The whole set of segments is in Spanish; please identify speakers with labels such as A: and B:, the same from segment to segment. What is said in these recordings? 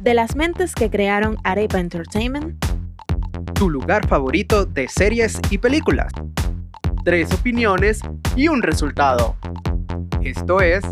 A: De las mentes que crearon Arepa Entertainment,
B: tu lugar favorito de series y películas. Tres opiniones y un resultado. Esto es...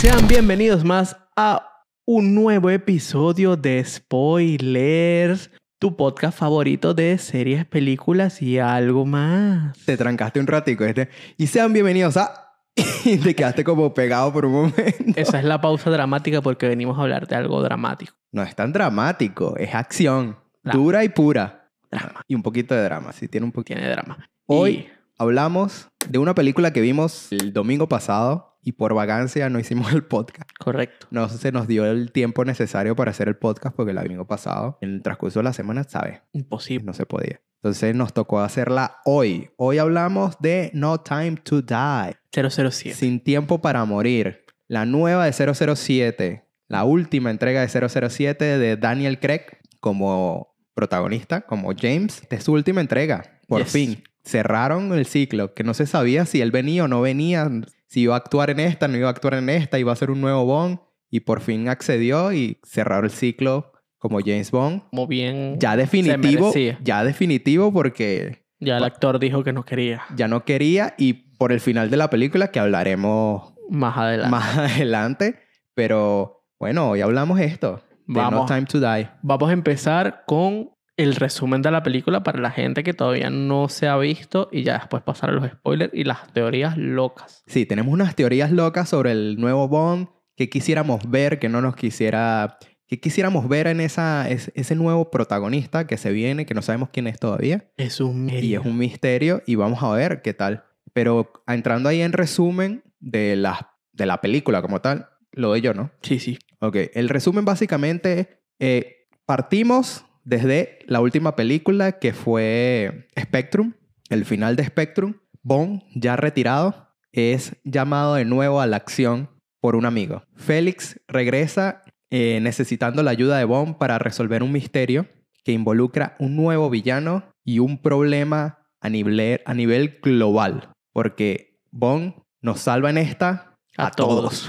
B: Sean bienvenidos más a un nuevo episodio de Spoilers, tu podcast favorito de series, películas y algo más.
C: Te trancaste un ratico este. Y sean bienvenidos a... y te quedaste como pegado por un momento.
B: Esa es la pausa dramática porque venimos a hablar de algo dramático.
C: No es tan dramático, es acción.
B: Drama.
C: Dura y pura.
B: Drama.
C: Y un poquito de drama, sí, tiene un poquito.
B: Tiene drama.
C: Hoy
B: Y-
C: hablamos de una película que vimos el domingo pasado y por vagancia no hicimos el podcast.
B: correcto.
C: No se nos dio el tiempo necesario para hacer el podcast porque el domingo pasado, en el transcurso de la semana, ¿sabes?
B: Imposible.
C: No se podía. Entonces nos tocó hacerla hoy. Hoy hablamos de No Time to Die.
B: 007.
C: Sin tiempo para morir. La nueva de 007. La última entrega de 007 de Daniel Craig como protagonista, como James. Esta es su última entrega. Por
B: Yes.
C: fin. Cerraron el ciclo, que no se sabía si él venía o no venía, si iba a actuar en esta, no iba a actuar en esta, iba a ser un nuevo Bond. Y por fin accedió y cerraron el ciclo como James Bond.
B: Como bien.
C: Ya definitivo,
B: merecía.
C: ya definitivo porque
B: ya el actor dijo que no quería.
C: ya no quería y por el final de la película que hablaremos
B: Más adelante.
C: más adelante, pero bueno, hoy hablamos esto. De No
B: Vamos.
C: Time to Die.
B: Vamos a empezar con el resumen de la película para la gente que todavía no se ha visto y ya después pasar a los spoilers y las teorías locas.
C: Sí, tenemos unas teorías locas sobre el nuevo Bond, que quisiéramos ver, que no nos quisiera, que quisiéramos ver en esa, es- ese nuevo protagonista que se viene, que no sabemos quién es todavía.
B: Es un
C: Y es un misterio y vamos a ver qué tal. Pero entrando ahí en resumen de la, de la película como tal, lo doy yo, ¿no?
B: Sí, sí.
C: Ok, el resumen básicamente eh, partimos desde la última película que fue Spectrum, el final de Spectrum. Bond, ya retirado, es llamado de nuevo a la acción por un amigo. Félix regresa eh, necesitando la ayuda de Bond para resolver un misterio que involucra un nuevo villano y un problema a nivel, a nivel global, porque Bond nos salva en esta
B: A todos.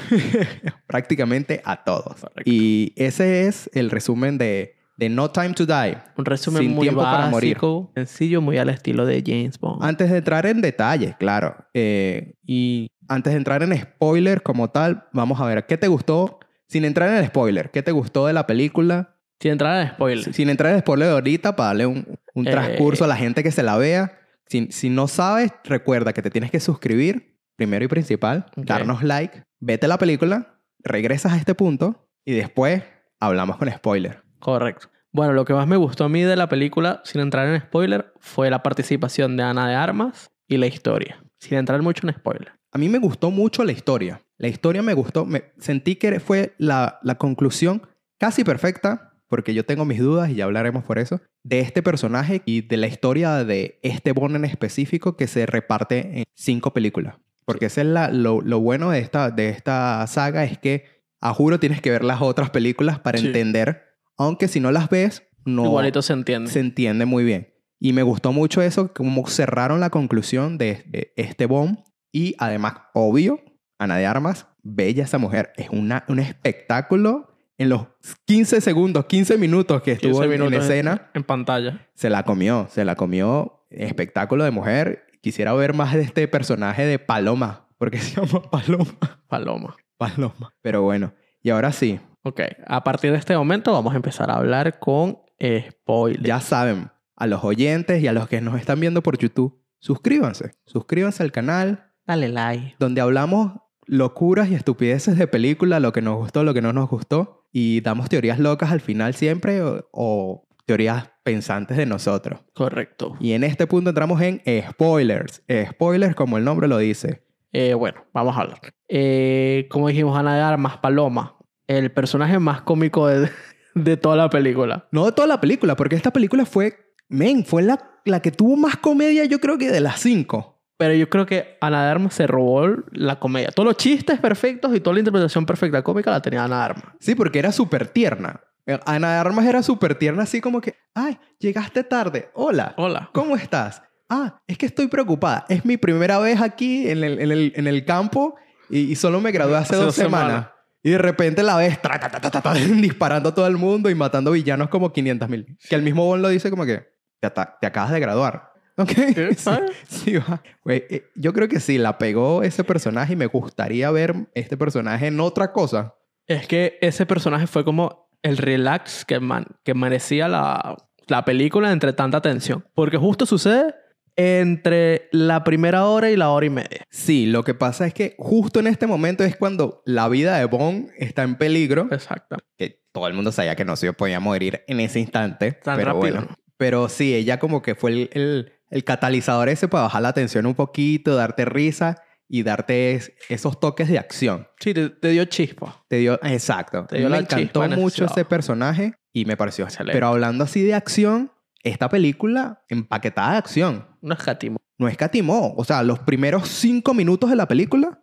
C: prácticamente a todos.
B: Correcto.
C: Y ese es el resumen de, de No Time to Die.
B: Un resumen
C: Sin
B: muy
C: tiempo
B: básico,
C: para morir.
B: sencillo, muy al estilo de James Bond.
C: Antes de entrar en detalles, claro, eh, y antes de entrar en spoiler como tal, vamos a ver, ¿qué te gustó? Sin entrar en el spoiler, ¿qué te gustó de la película?
B: Sin entrar en spoilers.
C: Sin entrar en el spoiler de ahorita para darle un, un
B: Eh.
C: transcurso a la gente que se la vea. Si, si no sabes, recuerda que te tienes que suscribir, primero y principal,
B: Ok.
C: darnos like, vete la película, regresas a este punto y después hablamos con spoiler.
B: Correcto. Bueno, lo que más me gustó a mí de la película, sin entrar en spoiler, fue la participación de Ana de Armas y la historia. Sin entrar mucho en spoiler.
C: A mí me gustó mucho la historia. La historia me gustó. Me, sentí que fue la, la conclusión casi perfecta, porque yo tengo mis dudas y ya hablaremos por eso, de este personaje y de la historia de este Bond en específico que se reparte en cinco películas. Porque ese es la- lo, lo bueno de esta, de esta saga es que, a juro, tienes que ver las otras películas para
B: Sí.
C: entender. Aunque si no las ves, no
B: Igualito se entiende.
C: se entiende muy bien. Y me gustó mucho eso, como cerraron la conclusión de, de este bomb. Y además, obvio, Ana de Armas, bella esa mujer. Es una, un espectáculo. En los 15 segundos, 15 minutos que estuvo
B: 15
C: en- en,
B: minutos eh.
C: escena,
B: en pantalla.
C: se la comió. Se la comió. Espectáculo de mujer. Quisiera ver más de este personaje de Paloma. Porque se llama Paloma.
B: Paloma.
C: Paloma. Pero bueno. Y ahora sí,
B: Ok, a partir de este momento vamos a empezar a hablar con spoilers.
C: Ya saben, a los oyentes y a los que nos están viendo por YouTube, suscríbanse. Suscríbanse al canal
B: Dale like.
C: donde hablamos locuras y estupideces de película, lo que nos gustó, lo que no nos gustó, y damos teorías locas al final siempre o, o teorías pensantes de nosotros.
B: Correcto.
C: Y en este punto entramos en spoilers. Spoilers, como el nombre lo dice.
B: Eh, bueno, vamos a hablar. Eh, como dijimos, Ana de Armas, Paloma, el personaje más cómico de, de toda la película.
C: No de toda la película, porque esta película fue, men, fue la, la que tuvo más comedia, yo creo que de las cinco.
B: Pero yo creo que Ana de Armas se robó la comedia. Todos los chistes perfectos y toda la interpretación perfecta cómica la tenía Ana de Armas.
C: Sí, porque era súper tierna. Eh, Ana de Armas era súper tierna, así como que, ay, llegaste tarde, hola,
B: Hola.
C: ¿cómo estás? Ah, es que estoy preocupada, es mi primera vez aquí en el, en el- en el campo Y, y solo me gradué
B: Hace
C: hace, dos
B: dos semanas.
C: semanas. Y de repente la ves tra, ta, ta, ta, ta, ta, disparando a todo el mundo y matando villanos como 500 mil. Que el mismo Bond lo dice como que te, ata- te acabas de graduar. ¿Ok? Sí,
B: Ah.
C: sí, va. Güey, eh, yo creo que sí, la pegó ese personaje y me gustaría ver este personaje en otra cosa.
B: Es que ese personaje fue como el relax que, man- que merecía la, la película entre tanta tensión. Porque justo sucede entre la primera hora y la hora y media.
C: Sí, lo que pasa es que justo en este momento es cuando la vida de Bond está en peligro.
B: Exacto.
C: que todo el mundo sabía que no se podía morir en ese instante.
B: Tan
C: pero
B: rápido,
C: bueno.
B: ¿no?
C: Pero sí, ella como que fue el, el- el catalizador ese para bajar la tensión un poquito, darte risa y darte es- esos toques de acción.
B: Sí, te, te dio chispa.
C: Te dio, exacto.
B: Te dio
C: me
B: la
C: encantó
B: chispa
C: mucho
B: necesaria.
C: ese personaje y me pareció
B: Excelente.
C: Pero hablando así de acción, esta película empaquetada de acción
B: No escatimó.
C: no escatimó. O sea, los primeros cinco minutos de la película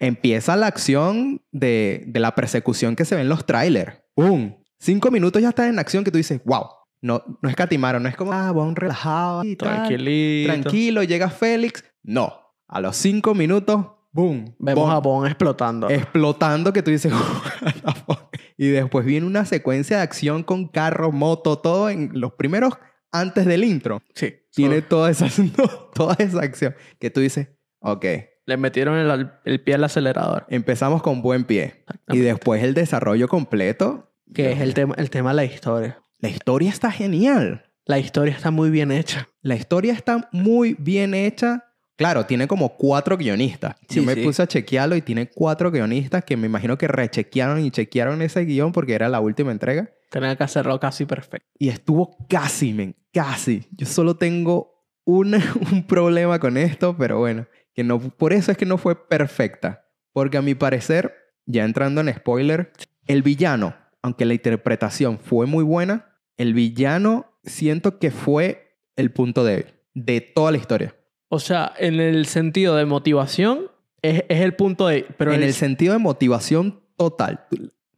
C: empieza la acción de, de la persecución que se ve en los trailers. ¡Pum! Cinco minutos ya estás en acción que tú dices, wow, no, no escatimaron. No es como, ah, Bond relajado, y tal,
B: Tranquilito.
C: tranquilo, llega Félix. No, a los cinco minutos, ¡boom!
B: Vemos
C: Bond
B: a Bond explotando.
C: explotando que tú dices, "What the fuck?". y después viene una secuencia de acción con carro, moto, todo en los primeros antes del intro
B: sí.
C: tiene toda esa, no, toda esa acción que tú dices, ok,
B: Le metieron el, el pie al acelerador.
C: empezamos con buen pie. Y
B: Exactamente.
C: después el desarrollo completo.
B: Que es el tema, el tema de la historia.
C: La historia está genial.
B: La historia está muy bien hecha.
C: La historia está muy bien hecha. Claro, tiene como cuatro guionistas.
B: Sí,
C: Yo me
B: sí.
C: puse a chequearlo y tiene cuatro guionistas que me imagino que rechequearon y chequearon ese guión porque era la última entrega.
B: Tenían que hacerlo casi perfecto.
C: Y estuvo casi, men, casi. Yo solo tengo una- un problema con esto, pero bueno, que no, por eso es que no fue perfecta. Porque a mi parecer, ya entrando en spoiler, el villano, aunque la interpretación fue muy buena, el villano siento que fue el punto débil de toda la historia.
B: O sea, en el sentido de motivación, es, es el punto de... Pero
C: en
B: en
C: el sentido de motivación total.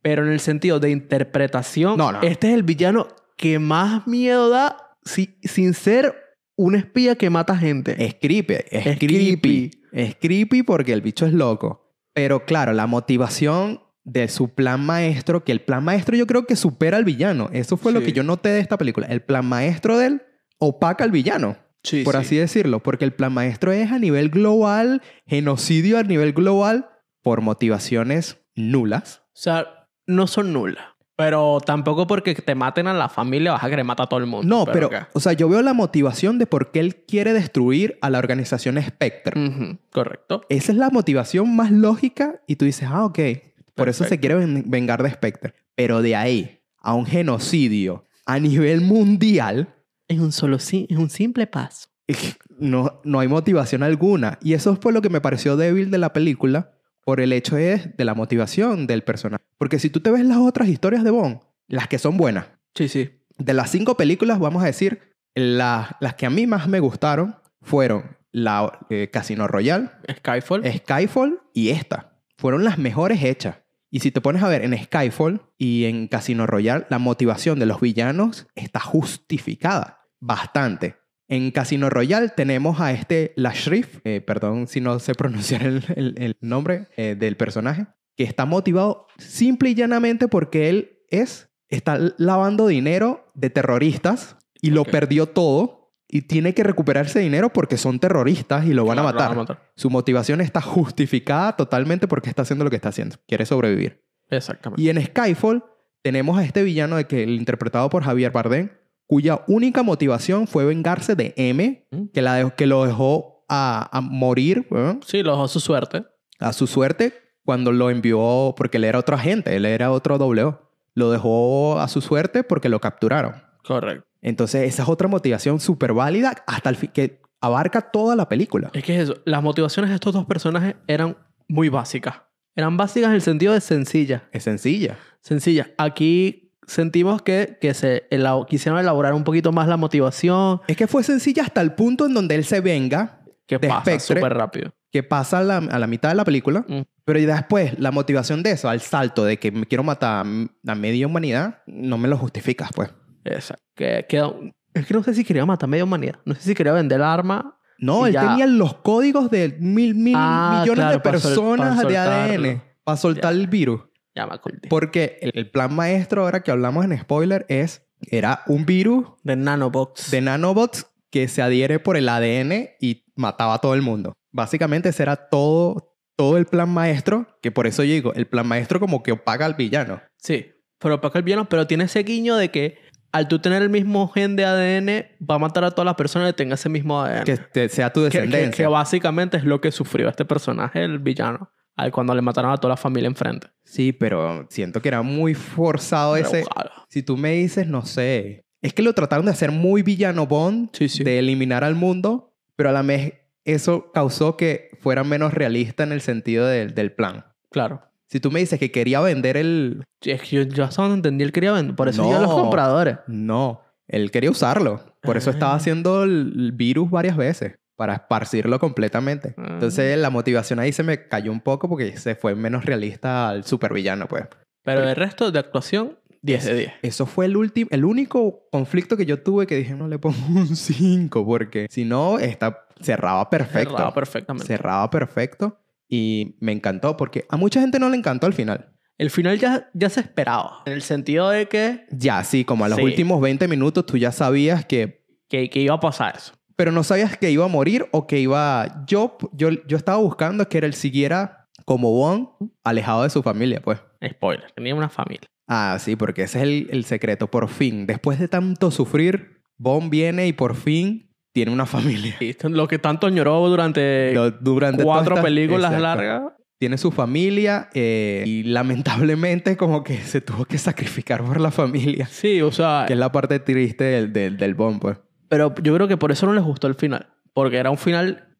B: Pero en el sentido de interpretación,
C: No, no.
B: este es el villano que más miedo da si- sin ser un espía que mata gente.
C: Es creepy, es,
B: Es
C: creepy.
B: creepy.
C: Es creepy porque el bicho es loco. Pero claro, la motivación de su plan maestro, que el plan maestro yo creo que supera al villano. Eso fue lo
B: Sí.
C: que yo noté de esta película. El plan maestro de él opaca al villano, por así decirlo. Porque el plan maestro es a nivel global, genocidio a nivel global, por motivaciones nulas.
B: O sea, no son nulas. Pero tampoco porque te maten a la familia vas a querer matar a todo el mundo.
C: No, pero,
B: acá.
C: o sea, yo veo la motivación de por qué él quiere destruir a la organización Spectre.
B: Ujú, correcto.
C: Esa es la motivación más lógica y tú dices, ah, ok, por eso se
B: Perfecto.
C: quiere ven- vengar de Spectre. Pero de ahí a un genocidio a nivel mundial,
B: Es un solo sí, es un simple paso.
C: no, no hay motivación alguna. Y eso es por lo que me pareció débil de la película, por el hecho es de la motivación del personaje. Porque si tú te ves las otras historias de Bond, las que son buenas,
B: Sí, sí.
C: de las cinco películas, vamos a decir, la- las que a mí más me gustaron fueron la eh, Casino Royale,
B: Skyfall.
C: Skyfall y esta fueron las mejores hechas. Y si te pones a ver en Skyfall y en Casino Royale, la motivación de los villanos está justificada bastante. En Casino Royale tenemos a este Lashrif, eh, perdón si no sé pronunciar el, el- el nombre eh, del personaje, que está motivado simple y llanamente porque él es, está lavando dinero de terroristas y lo
B: Ok.
C: perdió todo y tiene que recuperar ese dinero porque son terroristas y lo van a
B: Claro, lo
C: matar. Su motivación está justificada totalmente porque está haciendo lo que está haciendo. Quiere sobrevivir.
B: Exactamente.
C: Y en Skyfall tenemos a este villano de que, el interpretado por Javier Bardem, cuya única motivación fue vengarse de M, que, la dejó- que lo dejó a, a morir weón,
B: Sí, lo dejó a su suerte.
C: a su suerte cuando lo envió, porque él era otro agente, él era otro W. Lo dejó a su suerte porque lo capturaron.
B: Correcto.
C: Entonces esa es otra motivación súper válida hasta el fi- que abarca toda la película.
B: Es que es eso. Las motivaciones de estos dos personajes eran muy básicas. Eran básicas en el sentido de sencillas.
C: Es sencilla.
B: Sencillas. Aquí sentimos que, que se elabo- quisieron elaborar un poquito más la motivación,
C: Es que fue sencilla hasta el punto en donde él se venga,
B: que
C: De
B: pasa
C: Spectre.
B: súper rápido.
C: que pasa a la, a la mitad de la película,
B: Mm.
C: pero y después la motivación de eso, al salto de que me quiero matar a, a media humanidad, no me lo justificas, pues.
B: Exacto. Que, que- es que no sé si quería matar a media humanidad. No sé si quería vender el arma
C: No,
B: Y
C: él
B: ya.
C: tenía los códigos de mil, mil
B: Ah,
C: millones
B: claro,
C: de
B: para sol-
C: personas
B: para
C: de
B: soltarlo.
C: ADN para soltar el virus.
B: Ya me acordé.
C: Porque el, el plan maestro ahora que hablamos en spoiler es, era un virus
B: De Nanobox.
C: de nanobots que se adhiere por el ADN y mataba a todo el mundo. Básicamente ese era todo, todo el plan maestro, que por eso yo digo, el plan maestro como que opaca al villano.
B: Sí. Pero para el villano, pero tiene ese guiño de que al tú tener el mismo gen de ADN, va a matar a todas las personas que tengan ese mismo ADN.
C: Que te- sea tu
B: Que- que-
C: descendencia.
B: que básicamente es lo que sufrió este personaje, el villano, al cuando le mataron a toda la familia enfrente.
C: Sí, pero siento que era muy forzado ese...
B: Rebujado.
C: Si tú me dices, no sé. Es que lo trataron de hacer muy villano Bond,
B: Sí, sí.
C: de eliminar al mundo, pero a la vez eso causó que fuera menos realista en el sentido del, del plan.
B: Claro.
C: Si tú me dices que quería vender el...
B: Sí, Es que yo, yo hasta donde entendí el quería vender. Por eso yo a los
C: No.
B: compradores.
C: No, él quería usarlo. Por eso estaba
B: Ah.
C: haciendo el virus varias veces, para esparcirlo completamente.
B: Ah.
C: Entonces la motivación ahí se me cayó un poco porque se fue menos realista al supervillano, pues.
B: Pero el resto de actuación, 10 de 10.
C: Eso fue el último, el único conflicto que yo tuve que dije, no le pongo un 5 porque si no, esta cerraba perfecto.
B: Cerrado perfectamente.
C: Cerraba perfecto y me encantó porque a mucha gente no le encantó al final.
B: El final ya, ya se esperaba. En el sentido de que,
C: Ya, sí, como a los
B: Sí.
C: últimos 20 minutos tú ya sabías que
B: que, que iba a pasar eso.
C: pero no sabías que iba a morir o que iba yo yo yo estaba buscando que él siguiera como Bond alejado de su familia, pues.
B: Spoiler. Tenía una familia.
C: Ah, sí, porque ese es el, el secreto. Por fin, después de tanto sufrir, Bond viene y por fin tiene una familia.
B: Y esto es lo que tanto añoró durante
C: Lo- durante toda
B: cuatro
C: esta-
B: películas
C: Exacto.
B: largas.
C: Tiene su familia eh, y lamentablemente como que se tuvo que sacrificar por la familia.
B: Sí, o sea.
C: Que es la parte triste del, del, del Bond, pues.
B: Pero yo creo que por eso no les gustó el final. Porque era un final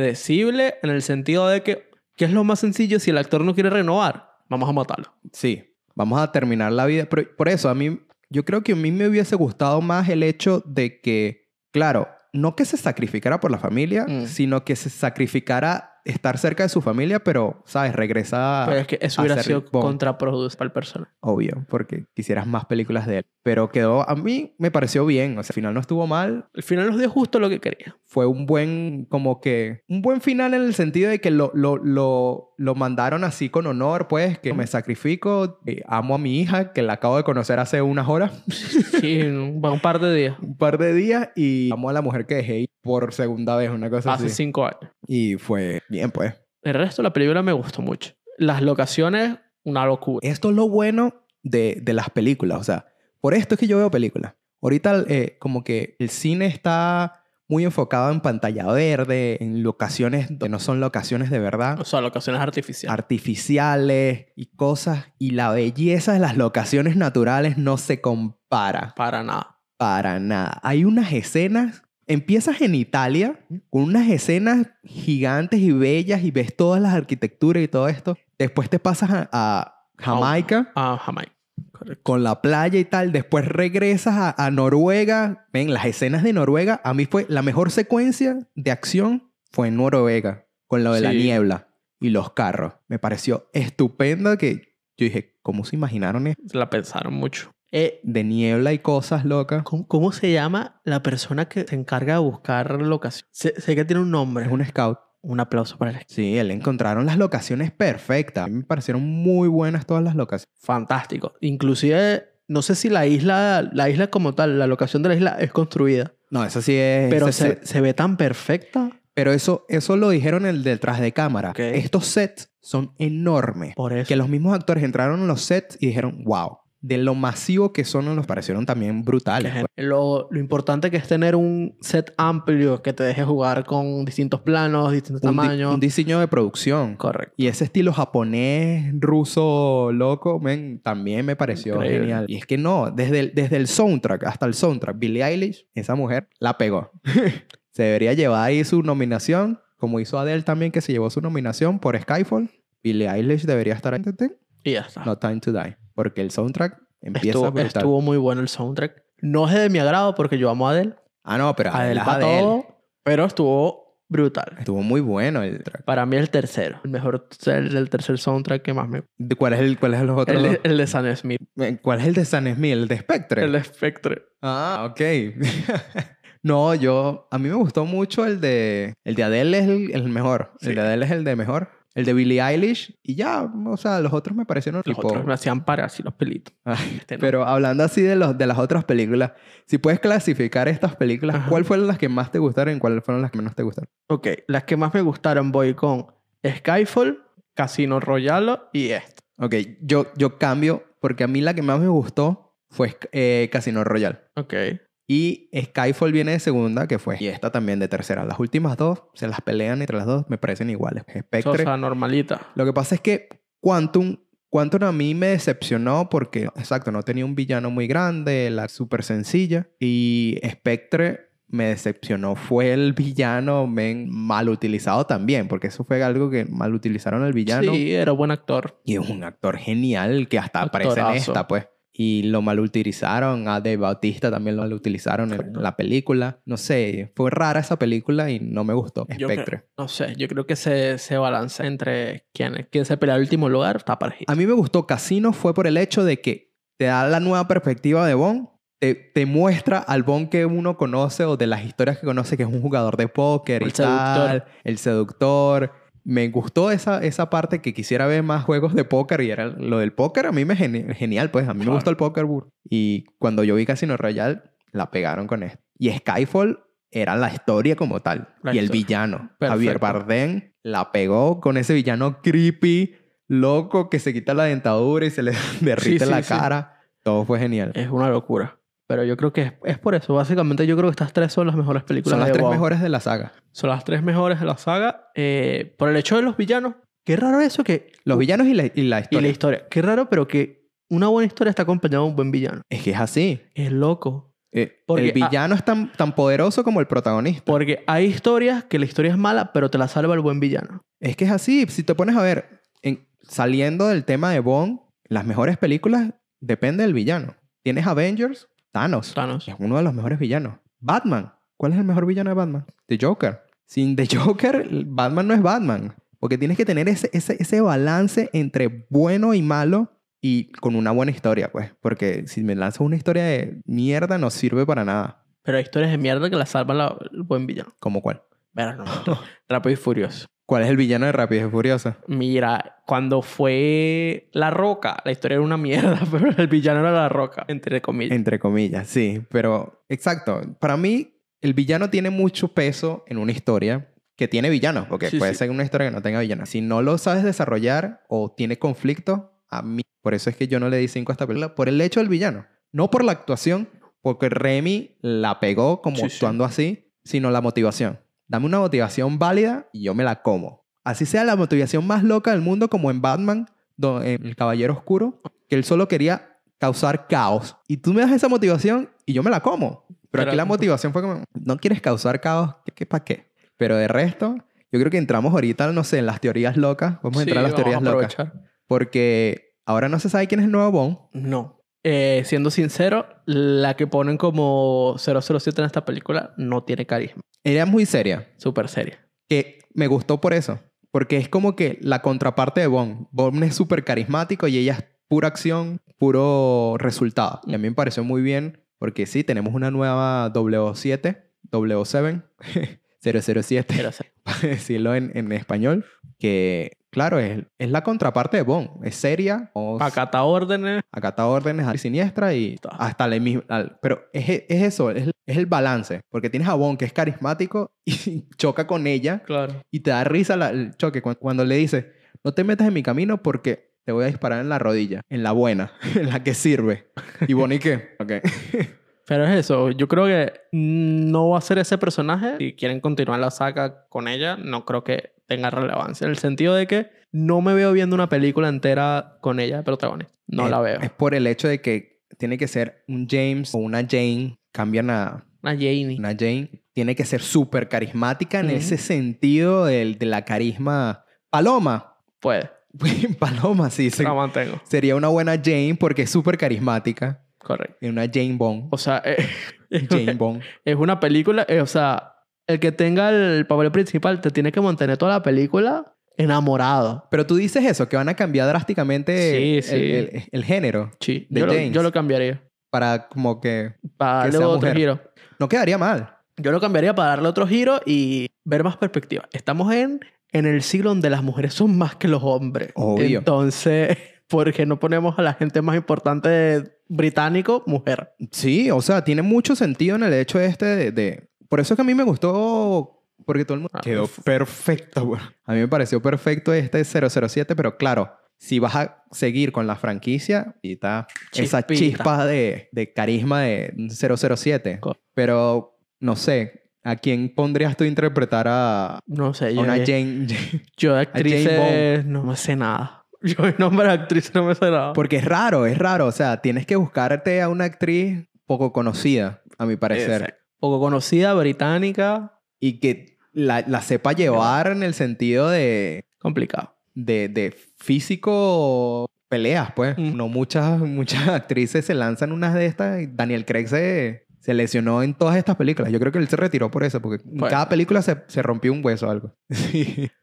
B: predecible en el sentido de que, ¿qué es lo más sencillo si el actor no quiere renovar? Vamos a matarlo.
C: Sí, vamos a terminar la vida. Pero por eso, a mí, yo creo que a mí me hubiese gustado más el hecho de que, claro, no que se sacrificara por la familia,
B: Mm.
C: sino que se sacrificara estar cerca de su familia, pero, ¿sabes? Regresa,
B: Pero es que eso hubiera
C: Ah, hacer
B: sido
C: Bond.
B: contraproducente para el personaje.
C: obvio, porque quisieras más películas de él. Pero quedó, a mí me pareció bien, o sea, al final no estuvo mal.
B: El final nos dio justo lo que quería.
C: Fue un buen, como que, un buen final en el sentido de que lo, lo, lo, lo mandaron así con honor, pues, que me sacrifico, eh, amo a mi hija, que la acabo de conocer hace unas horas.
B: Sí, en un, un par de días.
C: un par de días y amo a la mujer que dejé ir por segunda vez, una cosa
B: Hace
C: así.
B: cinco años.
C: Y fue bien, pues.
B: El resto de la película me gustó mucho. Las locaciones, una locura.
C: Esto es lo bueno de, de las películas, o sea, por esto es que yo veo películas. Ahorita eh, como que el cine está muy enfocado en pantalla verde, en locaciones que no son locaciones de verdad,
B: O sea, locaciones artificiales.
C: artificiales y cosas, y la belleza de las locaciones naturales no se compara.
B: para nada.
C: Para nada. Hay unas escenas. Empiezas en Italia con unas escenas gigantes y bellas y ves todas las arquitecturas y todo esto. Después te pasas a, a Jamaica
B: Ah, Jamaica. Correcto.
C: con la playa y tal. Después regresas a, a Noruega. Ven, las escenas de Noruega. A mí fue la mejor secuencia de acción fue en Noruega con lo de la
B: Sí.
C: niebla y los carros. Me pareció estupenda que yo dije, ¿cómo se imaginaron esto?
B: La pensaron mucho. Eh,
C: De niebla y cosas locas.
B: ¿Cómo, cómo se llama la persona que se encarga de buscar locación? Sé, sé que tiene un nombre.
C: Es un scout.
B: Un aplauso para él.
C: Sí, él encontraron las locaciones perfectas. A mí me parecieron muy buenas todas las locaciones.
B: Fantástico. Inclusive, no sé si la isla, la isla como tal, la locación de la isla es construida.
C: No, eso sí es.
B: Pero
C: ese
B: se,
C: set.
B: se ve tan perfecta.
C: pero eso, eso lo dijeron el detrás de cámara.
B: Ok.
C: Estos sets son enormes.
B: Por eso.
C: Que los mismos actores entraron en los sets y dijeron, wow, de lo masivo que son, nos parecieron también brutales. pues.
B: Lo, lo importante que es tener un set amplio que te deje jugar con distintos planos, distintos
C: Un, di-
B: tamaños.
C: un diseño de producción.
B: Correcto.
C: Y ese estilo japonés, ruso, loco, men, también me pareció
B: Increíble.
C: genial. Y es que no, desde el, desde el soundtrack hasta el soundtrack, Billie Eilish, esa mujer la pegó. se debería llevar ahí su nominación, como hizo Adele también, que se llevó su nominación por Skyfall. Billie Eilish debería estar ahí.
B: Y ya está.
C: No Time to Die, porque el soundtrack empieza
B: estuvo,
C: brutal.
B: estuvo muy bueno el soundtrack. No es de mi agrado porque yo amo a Adele.
C: Ah, no, pero
B: Adele
C: Adele, es
B: pa'
C: Adele.
B: todo, pero estuvo brutal.
C: Estuvo muy bueno el track.
B: Para mí el tercero. El mejor, el, el tercer soundtrack que más me...
C: ¿De ¿Cuál es el, cuál es los otros
B: El,
C: dos?
B: de- el de Sam Smith.
C: ¿Cuál es el de San Smith? ¿El de Spectre?
B: El de Spectre.
C: Ah, ok. Ah, No, yo. A mí me gustó mucho el de. El de Adele es el, el mejor.
B: Sí.
C: El de Adele es el de mejor. El de Billie Eilish. Y ya, o sea, los otros me parecieron
B: Los
C: tipo-
B: otros me hacían parar así los pelitos.
C: Ay,
B: Este no.
C: Pero hablando así de, los, de las otras películas, si puedes clasificar estas películas,
B: Ajá.
C: ¿cuál fueron las que más te gustaron y cuáles fueron las que menos te gustaron?
B: Ok, las que más me gustaron voy con Skyfall, Casino Royale y este. esta.
C: Ok, yo, yo cambio porque a mí la que más me gustó fue Sk- eh, Casino Royale.
B: Ok.
C: Y Skyfall viene de segunda, que fue. Y esta también de tercera. Las últimas dos se las pelean entre las dos, me parecen iguales. Spectre.
B: Sosa normalita.
C: Lo que pasa es que Quantum, Quantum a mí me decepcionó porque, exacto, no tenía un villano muy grande, la súper sencilla. Y Spectre me decepcionó. Fue el villano men, mal utilizado también, porque eso fue algo que mal utilizaron al villano.
B: Sí, era buen actor.
C: Y es un actor genial que hasta aparece en
B: Actorazo.
C: esta, pues. Y lo mal utilizaron, a De Bautista también lo mal utilizaron en
B: Correcto.
C: la película. No sé, fue rara esa película y no me gustó.
B: Yo creo-
C: Spectre.
B: No sé, yo creo que se, se balancea entre quién, quién se pelea el último lugar, está parejito.
C: A mí me gustó Casino fue por el hecho de que te da la nueva perspectiva de Bond, te, te muestra al Bond que uno conoce o de las historias que conoce, que es un jugador de póker y
B: El seductor.
C: tal, el seductor. Me gustó esa, esa parte que quisiera ver más juegos de póker y era lo del póker. A mí me geni- genial, pues a mí me
B: Claro.
C: gustó el póker. bur. Y cuando yo vi Casino Royale, la pegaron con esto. Y Skyfall era la historia como tal.
B: La
C: y el
B: historia.
C: villano.
B: Perfecto.
C: Javier Bardem la pegó con ese villano creepy, loco, que se quita la dentadura y se le derrite
B: sí,
C: la
B: sí.
C: cara. Todo fue genial.
B: Es una locura. Pero yo creo que es, es por eso. Básicamente yo creo que estas tres son las mejores películas
C: Son las
B: de
C: tres
B: Bond.
C: mejores de la saga.
B: Son las tres mejores de la saga. eh, por el hecho de los villanos. Qué raro eso que...
C: Los villanos y la, y la
B: Y
C: historia.
B: la historia. Qué raro, pero que una buena historia está acompañada de un buen villano.
C: Es que es así.
B: Es loco.
C: Eh,
B: Porque, ah,
C: el villano es tan, tan poderoso como el protagonista.
B: Porque hay historias que la historia es mala, pero te la salva el buen villano.
C: Es que es así. Si te pones a ver, en- saliendo del tema de Bond, las mejores películas depende del villano. Tienes Avengers, Thanos.
B: Thanos.
C: Es uno de los mejores villanos. Batman. ¿Cuál es el mejor villano de Batman? The Joker. Sin The Joker, Batman no es Batman. Porque tienes que tener ese, ese, ese balance entre bueno y malo y con una buena historia, pues. Porque si me lanzas una historia de mierda, no sirve para nada.
B: Pero hay historias de mierda que la salva la- el buen villano.
C: ¿Como cuál?
B: Pero no. Rápido y Furioso.
C: ¿Cuál es el villano de Rápido y Furioso?
B: Mira, cuando fue La Roca, la historia era una mierda, pero el villano era La Roca, entre comillas.
C: Entre comillas, sí. Pero, exacto. Para mí, el villano tiene mucho peso en una historia que tiene villanos, porque
B: Sí,
C: puede
B: sí.
C: ser una historia que no tenga villanos. Si no lo sabes desarrollar o tiene conflicto, a mí. Por eso es que yo no le di 5 a esta película, por el hecho del villano. No por la actuación, porque Remy la pegó como
B: Sí, sí.
C: actuando así, sino la motivación. Dame una motivación válida y yo me la como. Así sea la motivación más loca del mundo, como en Batman, do- en eh, El Caballero Oscuro, que él solo quería causar caos. Y tú me das esa motivación y yo me la como. Pero
B: Pero-
C: aquí la motivación fue como, no quieres causar caos, ¿qué, qué para qué? Pero de resto, yo creo que entramos ahorita, no sé, en las teorías locas. Vamos a
B: Sí,
C: entrar a las
B: vamos
C: teorías locas.
B: aprovechar.
C: Porque ahora no se sabe quién es el nuevo Bond.
B: No. Eh, siendo sincero, la que ponen como 007 en esta película no tiene carisma.
C: Era muy seria.
B: Súper seria.
C: que me gustó por eso. Porque es como que la contraparte de Bond. Bond es súper carismático y ella es pura acción, puro resultado. Y a mí me pareció muy bien porque sí, tenemos una nueva W7, W7, 007
B: Era seria.
C: para decirlo en, en español, que claro, es, es la contraparte de Bond. Es seria, o
B: Acata órdenes.
C: acata órdenes a la siniestra y
B: Ta.
C: hasta la misma. al- pero es, es eso, es, es el balance. Porque tienes a Bond que es carismático y choca con ella
B: Claro.
C: y te da risa la- el choque cu- cuando, le dices, no te metas en mi camino porque te voy a disparar en la rodilla, en la buena, en la que sirve. ¿Y Bonnie qué? Ok.
B: Pero es eso, yo creo que no va a ser ese personaje. Si quieren continuar la saga con ella, no creo que tenga relevancia. En el sentido de que no me veo viendo una película entera con ella de protagonista. No
C: Es-
B: la veo.
C: Es por el hecho de que tiene que ser un James o una Jane, cambian a
B: Una Janie.
C: una Jane, tiene que ser súper carismática en
B: Ujú.
C: ese sentido del- de la carisma. Paloma.
B: Puede.
C: Paloma, sí. se-
B: La mantengo.
C: Sería una buena Jane porque es súper carismática.
B: Correcto.
C: Y Una Jane Bond.
B: O sea, eh, es,
C: Jane Bond.
B: es una película. eh, o sea, el que tenga el papel principal te tiene que mantener toda la película enamorado.
C: Pero tú dices eso, que van a cambiar drásticamente
B: Sí,
C: el-
B: sí.
C: el- el género.
B: Sí,
C: De
B: yo lo,
C: James.
B: yo lo cambiaría.
C: para como que
B: Para
C: Que
B: darle
C: sea
B: otro
C: mujer.
B: giro.
C: no quedaría mal.
B: Yo lo cambiaría para darle otro giro y ver más perspectiva. Estamos en, en el siglo donde las mujeres son más que los hombres.
C: Obvio.
B: Entonces, ¿por qué no ponemos a la gente más importante británico mujer?
C: Sí, o sea, tiene mucho sentido en el hecho este de... de- Por eso es que a mí me gustó... Porque todo el mundo...
B: Ah,
C: Quedó
B: uf.
C: perfecto, güey. A mí me pareció perfecto este 007, pero claro, si vas a seguir con la franquicia, y está esa
B: Chispita.
C: chispa de, de carisma de 007.
B: Co-
C: Pero, no sé, ¿a quién pondrías tú interpretar a, a
B: No sé, yo,
C: una
B: yo,
C: Jane?
B: de
C: Jane
B: actrices no me sé nada. Yo de nombre de actriz no me sé nada.
C: Porque es raro, es raro. O sea, tienes que buscarte a una actriz poco conocida, a mi parecer.
B: Exacto. Poco conocida, británica,
C: y que la, la sepa llevar en el sentido de,
B: complicado.
C: de, de físico peleas, pues.
B: Mm.
C: No muchas, muchas actrices se lanzan unas de estas. y Daniel Craig se, se lesionó en todas estas películas. Yo creo que él se retiró por eso, porque en
B: Bueno.
C: cada película se, se rompió un hueso o algo.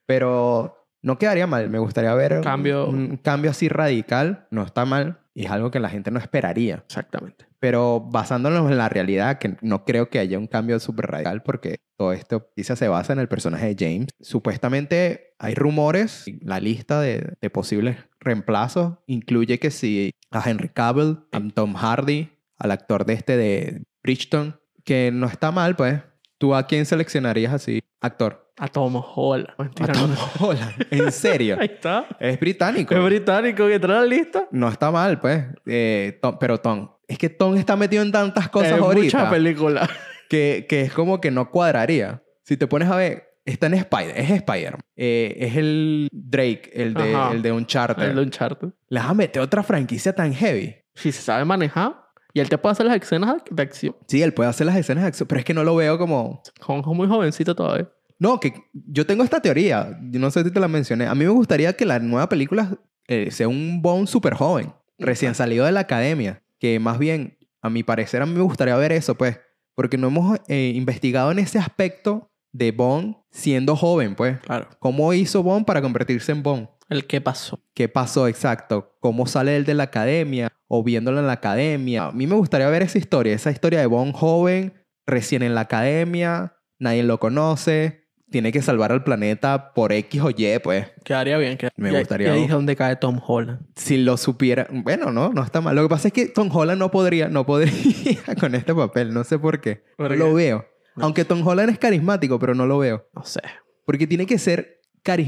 C: Pero no quedaría mal. Me gustaría ver un-
B: Cambio.
C: un cambio así radical. No está mal. Y es algo que la gente no esperaría.
B: Exactamente.
C: Pero basándonos en la realidad, que no creo que haya un cambio súper radical porque todo esto quizás se basa en el personaje de James. Supuestamente hay rumores, y la lista de, de posibles reemplazos incluye que si a Henry Cavill, a Tom Hardy, al actor de este de Bridgeton, que no está mal, pues, ¿tú a quién seleccionarías así? Actor.
B: A Tom Holland. Mentira,
C: A Tom
B: no.
C: Holland. En serio.
B: Ahí está.
C: Es británico.
B: Es británico que trae la lista.
C: No está mal, pues. Eh, Tom- pero Tom. Es que Tom está metido en tantas cosas
B: Eh,
C: ahorita
B: Muchas películas.
C: que, que es como que no cuadraría. Si te pones a ver, está en Spider, es Spider, eh, es el Drake, el de,
B: Ajá.
C: el de Uncharted.
B: El de Uncharted.
C: Le vas a meter otra franquicia tan heavy.
B: Si se sabe manejar. Y él te puede hacer las escenas de acción.
C: Sí, él puede hacer las escenas de acción, pero es que no lo veo como...
B: Con con muy jovencito todavía.
C: No, que yo tengo esta teoría, yo no sé si te la mencioné. A mí me gustaría que la nueva película eh, sea un Bond súper joven, recién salido de la academia. Que más bien, a mi parecer, a mí me gustaría ver eso, pues. Porque no hemos eh, investigado en ese aspecto de Bond siendo joven, pues.
B: Claro.
C: ¿Cómo hizo Bond para convertirse en Bond?
B: El que pasó.
C: ¿Qué pasó exacto? ¿Cómo sale él de la academia o viéndolo en la academia? A mí me gustaría ver esa historia, esa historia de Bond joven, recién en la academia, nadie lo conoce, tiene que salvar al planeta por X o Y, pues.
B: Quedaría bien. qued-
C: Me
B: y ahí-
C: gustaría-
B: Y ahí es donde cae Tom Holland.
C: Si lo supiera, bueno, no, no está mal. Lo que pasa es que Tom Holland no podría, no podría con este papel, no sé por qué. No
B: ¿Por
C: lo
B: qué?
C: veo.
B: No.
C: Aunque Tom Holland es carismático, pero no lo veo.
B: No sé.
C: Porque tiene que ser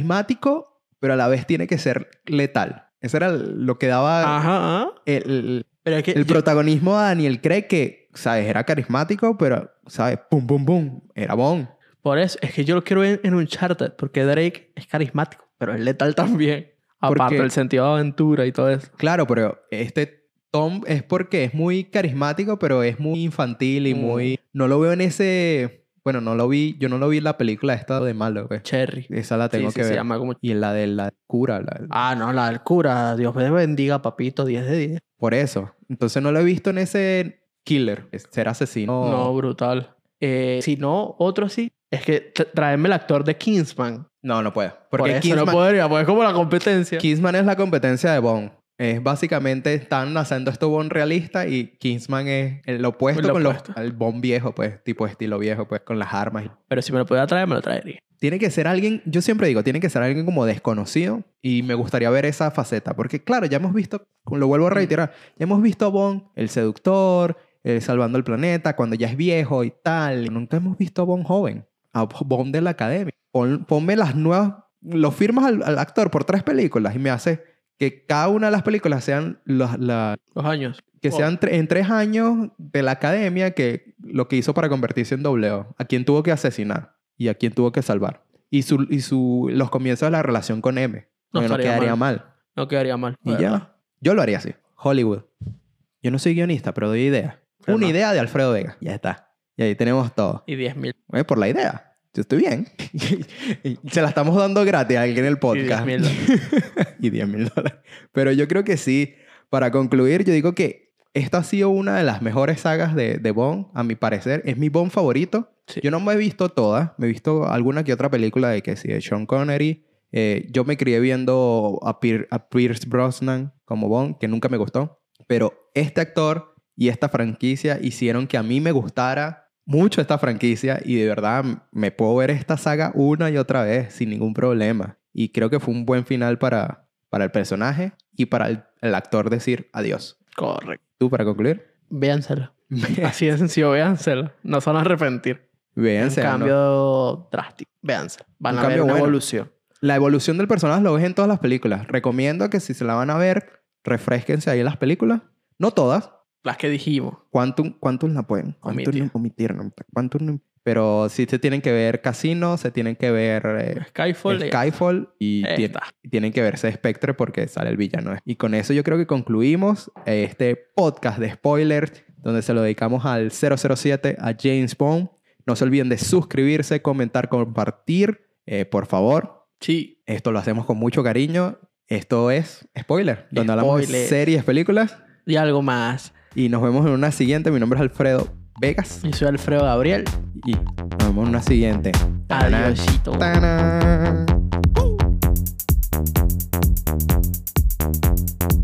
C: carismático, pero a la vez tiene que ser letal. Eso era lo que daba
B: Ajá. ah. ajá.
C: el,
B: Pero es que.
C: el
B: yo-
C: protagonismo a Daniel Craig, que, ¿sabes? Era carismático, pero, ¿sabes? Pum, pum, pum. Era bon.
B: por eso. Es que yo lo quiero ver en Uncharted. Porque Drake es carismático. Pero es letal también.
C: Porque-
B: Aparte del sentido de aventura y todo eso.
C: Claro, pero este Tom es porque es muy carismático, pero es muy infantil y
B: Mm.
C: muy... No lo veo en ese... Bueno, no lo vi... Yo no lo vi en la película esta de malo, güey.
B: Cherry.
C: Esa la
B: Sí,
C: tengo
B: sí,
C: que
B: se
C: ver.
B: llama como
C: Y en la de la cura, la,
B: Ah, no, la del cura. Dios me bendiga, papito, 10 de 10.
C: Por eso. Entonces no lo he visto en ese killer, ser asesino.
B: No, brutal. Eh, si no, otro sí. Es que tra- traerme el actor de Kingsman.
C: no, no puedo.
B: Porque
C: Porque
B: eso
C: Kingsman,
B: no podría, porque es como la competencia.
C: Kingsman es la competencia de Bond. Es básicamente están haciendo esto Bond realista y Kingsman es el opuesto
B: Lo
C: con los-
B: opuesto.
C: al Bond viejo, pues, tipo estilo viejo, pues, con las armas.
B: Pero si me lo pudiera traer, me lo traería.
C: Tiene que ser alguien, yo siempre digo, tiene que ser alguien como desconocido y me gustaría ver esa faceta, porque claro, ya hemos visto, lo vuelvo a reiterar, ya hemos visto a Bond, el seductor, el salvando el planeta, cuando ya es viejo y tal, nunca hemos visto a Bond joven, a Bond de la academia. Pon- ponme las nuevas, lo firmas al, al actor por tres películas y me hace que cada una de las películas sean las- la-
B: Dos años.
C: que
B: Wow.
C: sean tre- en tres años de la academia que lo que hizo para convertirse en doble O. A quien tuvo que asesinar y a quien tuvo que salvar. Y, su, y su, los comienzos de la relación con M.
B: No
C: No, no
B: estaría
C: quedaría mal.
B: No quedaría mal.
C: Y
B: la verdad.
C: ya. Yo lo haría así. Hollywood. Yo no soy guionista, pero doy ideas.
B: Pero
C: Una
B: no.
C: idea de Alfredo Vega. Ya está. Y ahí tenemos todo.
B: Y 10 mil.
C: Eh, por la idea. Yo estoy bien. Se la estamos dando gratis a alguien en el podcast.
B: Y 10.000
C: y 10 mil dólares. Pero yo creo que sí. Para concluir, yo digo que esta ha sido una de las mejores sagas de, de Bond, a mi parecer. Es mi Bond favorito.
B: Sí.
C: Yo no me he visto todas. Me he visto alguna que otra película de que sí, de Sean Connery. Eh, yo me crié viendo a, Pier- a Pierce Brosnan como Bond, que nunca me gustó. Pero este actor y esta franquicia hicieron que a mí me gustara mucho esta franquicia y de verdad me puedo ver esta saga una y otra vez sin ningún problema. Y creo que fue un buen final para, para el personaje y para el, el actor decir adiós.
B: Correcto.
C: ¿Tú para concluir?
B: Véansela. Así de sencillo, véansela. No se van a arrepentir. Es
C: Véanse.
B: un
C: ¿no?
B: cambio drástico. Véansela. Van
C: Un
B: a ver
C: cambio
B: una
C: bueno.
B: evolución.
C: La evolución del personaje lo ves en todas las películas. Recomiendo que si se la van a ver, refresquense ahí en las películas. No todas.
B: Las que dijimos.
C: Quantum, Quantum la pueden. Quantum
B: Omitir.
C: no- omitir. no, Quantum no- Pero sí se tienen que ver Casino, se tienen que ver eh,
B: Skyfall. y-
C: Skyfall y
B: Ahí
C: tiene-
B: está.
C: y tienen que verse Spectre porque sale el villano. Y con eso yo creo que concluimos este podcast de spoilers donde se lo dedicamos al 007, a James Bond. No se olviden de suscribirse, comentar, compartir, eh, por favor.
B: Sí.
C: Esto lo hacemos con mucho cariño. Esto es Spoiler, donde hablamos de
B: Spoiler.
C: series, películas.
B: Y algo más.
C: Y nos vemos en una siguiente. Mi nombre es Alfredo Vegas.
B: Y soy Alfredo Gabriel.
C: Y nos vemos en una siguiente. Tanán.
B: Adiósito.
C: Tanán.